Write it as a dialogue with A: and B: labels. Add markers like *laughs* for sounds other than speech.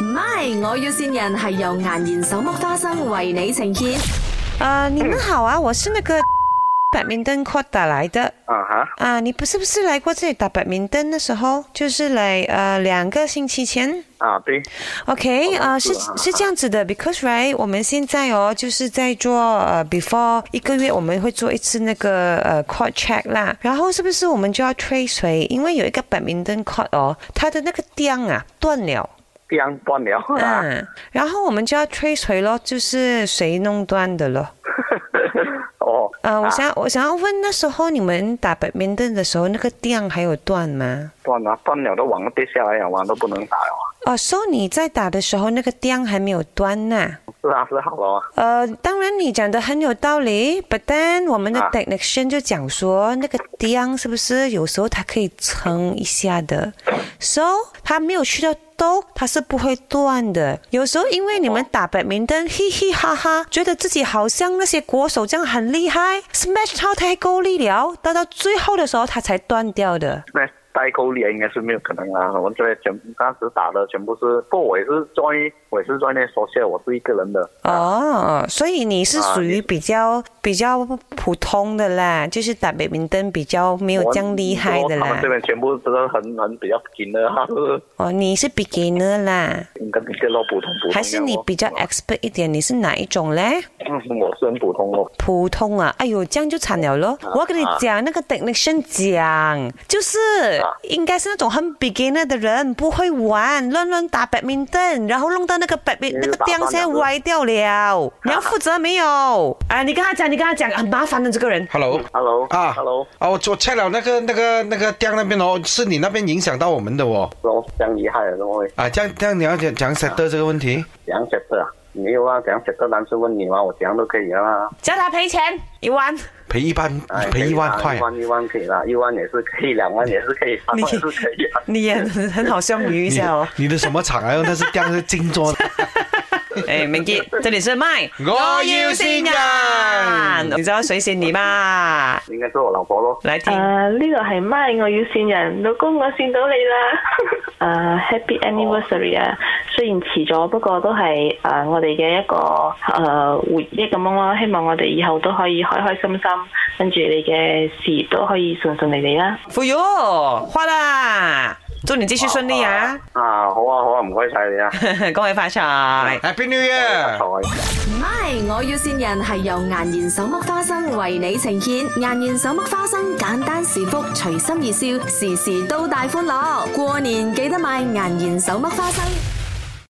A: MY，我要線人係由顏然手剝花生為你呈現。
B: 啊、你们好啊，我是那个 badminton court 打来的
C: 啊哈，
B: 啊你不是不是来过这里打 badminton 的时候，就是来呃两个星期前
C: 啊对，
B: ，OK 啊、
C: 是
B: 是
C: 啊
B: 是这样子的，because right 我们现在哦就是在做呃 before 一个月我们会做一次那个呃 court check 啦，然后是不是我们就要 trace 回，因为有一个 badminton court 哦，它的那个钉啊断了。
C: 僵断了啊， *laughs*
B: 嗯，然后我们就要 trace 回咯，就是谁弄断的咯。
C: 哦，
B: 呃，我
C: 啊
B: 想、我想要问，那时候你们打北面凳的时候，那个钉还有断吗？
C: 断了断了都网跌下来了，网都不能打了啊，
B: 哦，所以你在打的时候，那个钉还没有断呐、
C: 是啊是好了啊，
B: 呃，当然你讲的很有道理，but then 我们的
C: 啊
B: technician 就讲说，那个钉是不是有时候它可以撑一下的，so 它没有去到兜，它是不会断的。有时候因为你们打白明灯，嘻嘻哈哈，觉得自己好像那些国手这样很厉害，smash 到太够力了，到到最后的时候它才断掉的。
C: 那代沟里应该是没有可能啊，我们这边全当时打的全部是，不过我也是专一，我也是专业说些，我是一个人的，
B: 哦，所以你是
C: 啊
B: 属于比较、比较普通的啦，就是打北明灯比较没有
C: 我
B: 这样厉害的啦。
C: 他们这边全部真的很很比较紧
B: *laughs*
C: 的啊，就是
B: 哦，你是 beginner 啦，
C: 跟你这咯普通普通的哦，
B: 还是你比较 expert 一点？你是哪一种嘞？
C: 嗯，我是很普通哦，
B: 普通啊，哎呦，这样就惨了咯。
C: 啊
B: 我要跟你讲，那个 technician 讲，就是应该是那种很 beginner 的人，不会玩，乱乱打 badminton，然后弄到那个 bad
C: 是
B: 那个
C: 打断
B: 钉
C: 了
B: 现在歪掉了，你要负责没有？啊，你跟他讲，你跟他讲，很麻烦的这个人。
D: Hello。
C: 嗯，hello
D: 啊
C: hello，
D: 啊！我我 check 了那个那个那个店那边哦，是你那边影响到我们的哦
C: 咯，这样厉害的怎么会？
D: 啊！这样这样你要讲
C: 啊
D: 讲 set 这个问题，
C: 怎样 set 啊？没有啊，怎样 set 男是问你吗？我怎样都可以啊。
B: 叫他赔钱一万，
D: 赔一万
C: 哎
D: 赔一万块啊
C: 一，万一万可以啦，一万也是可以，两万也是可以，三万也是可以啊。
B: *laughs* 你也很好相比一
D: 你
B: 下哦。
D: 你的什么厂啊？那是这样是金砖。
B: 哎 m i
C: *laughs*
B: g 这里是麦，
D: 我要線人
B: 你知道谁先你吗？
C: 应该是我老婆咯。
B: 来
E: 誒
B: 听。
E: 呃呢個係咪我要線人，老公我線到你 *laughs* 啦。誒、Happy 呃 Anniversary 啊！雖然遲咗，不過都係誒、呃我哋嘅一個誒、回憶咁樣咯。希望我哋以後都可以開開心心，跟住你嘅事業都可以順順利利啦。
B: 傅友，哎花啦，祝你继续顺利啊！
C: 啊，好啊好啊，唔該晒你
B: *laughs*
C: 啊。
B: 恭喜发
C: 哎
B: 财。
D: Happy New Year！
C: 好啊
A: MY，我要線人係由顏然手剝花生為你呈現。顏然手剝花生，簡單是福，隨心而笑，時時都大歡樂。過年記得買顏然手剝花生。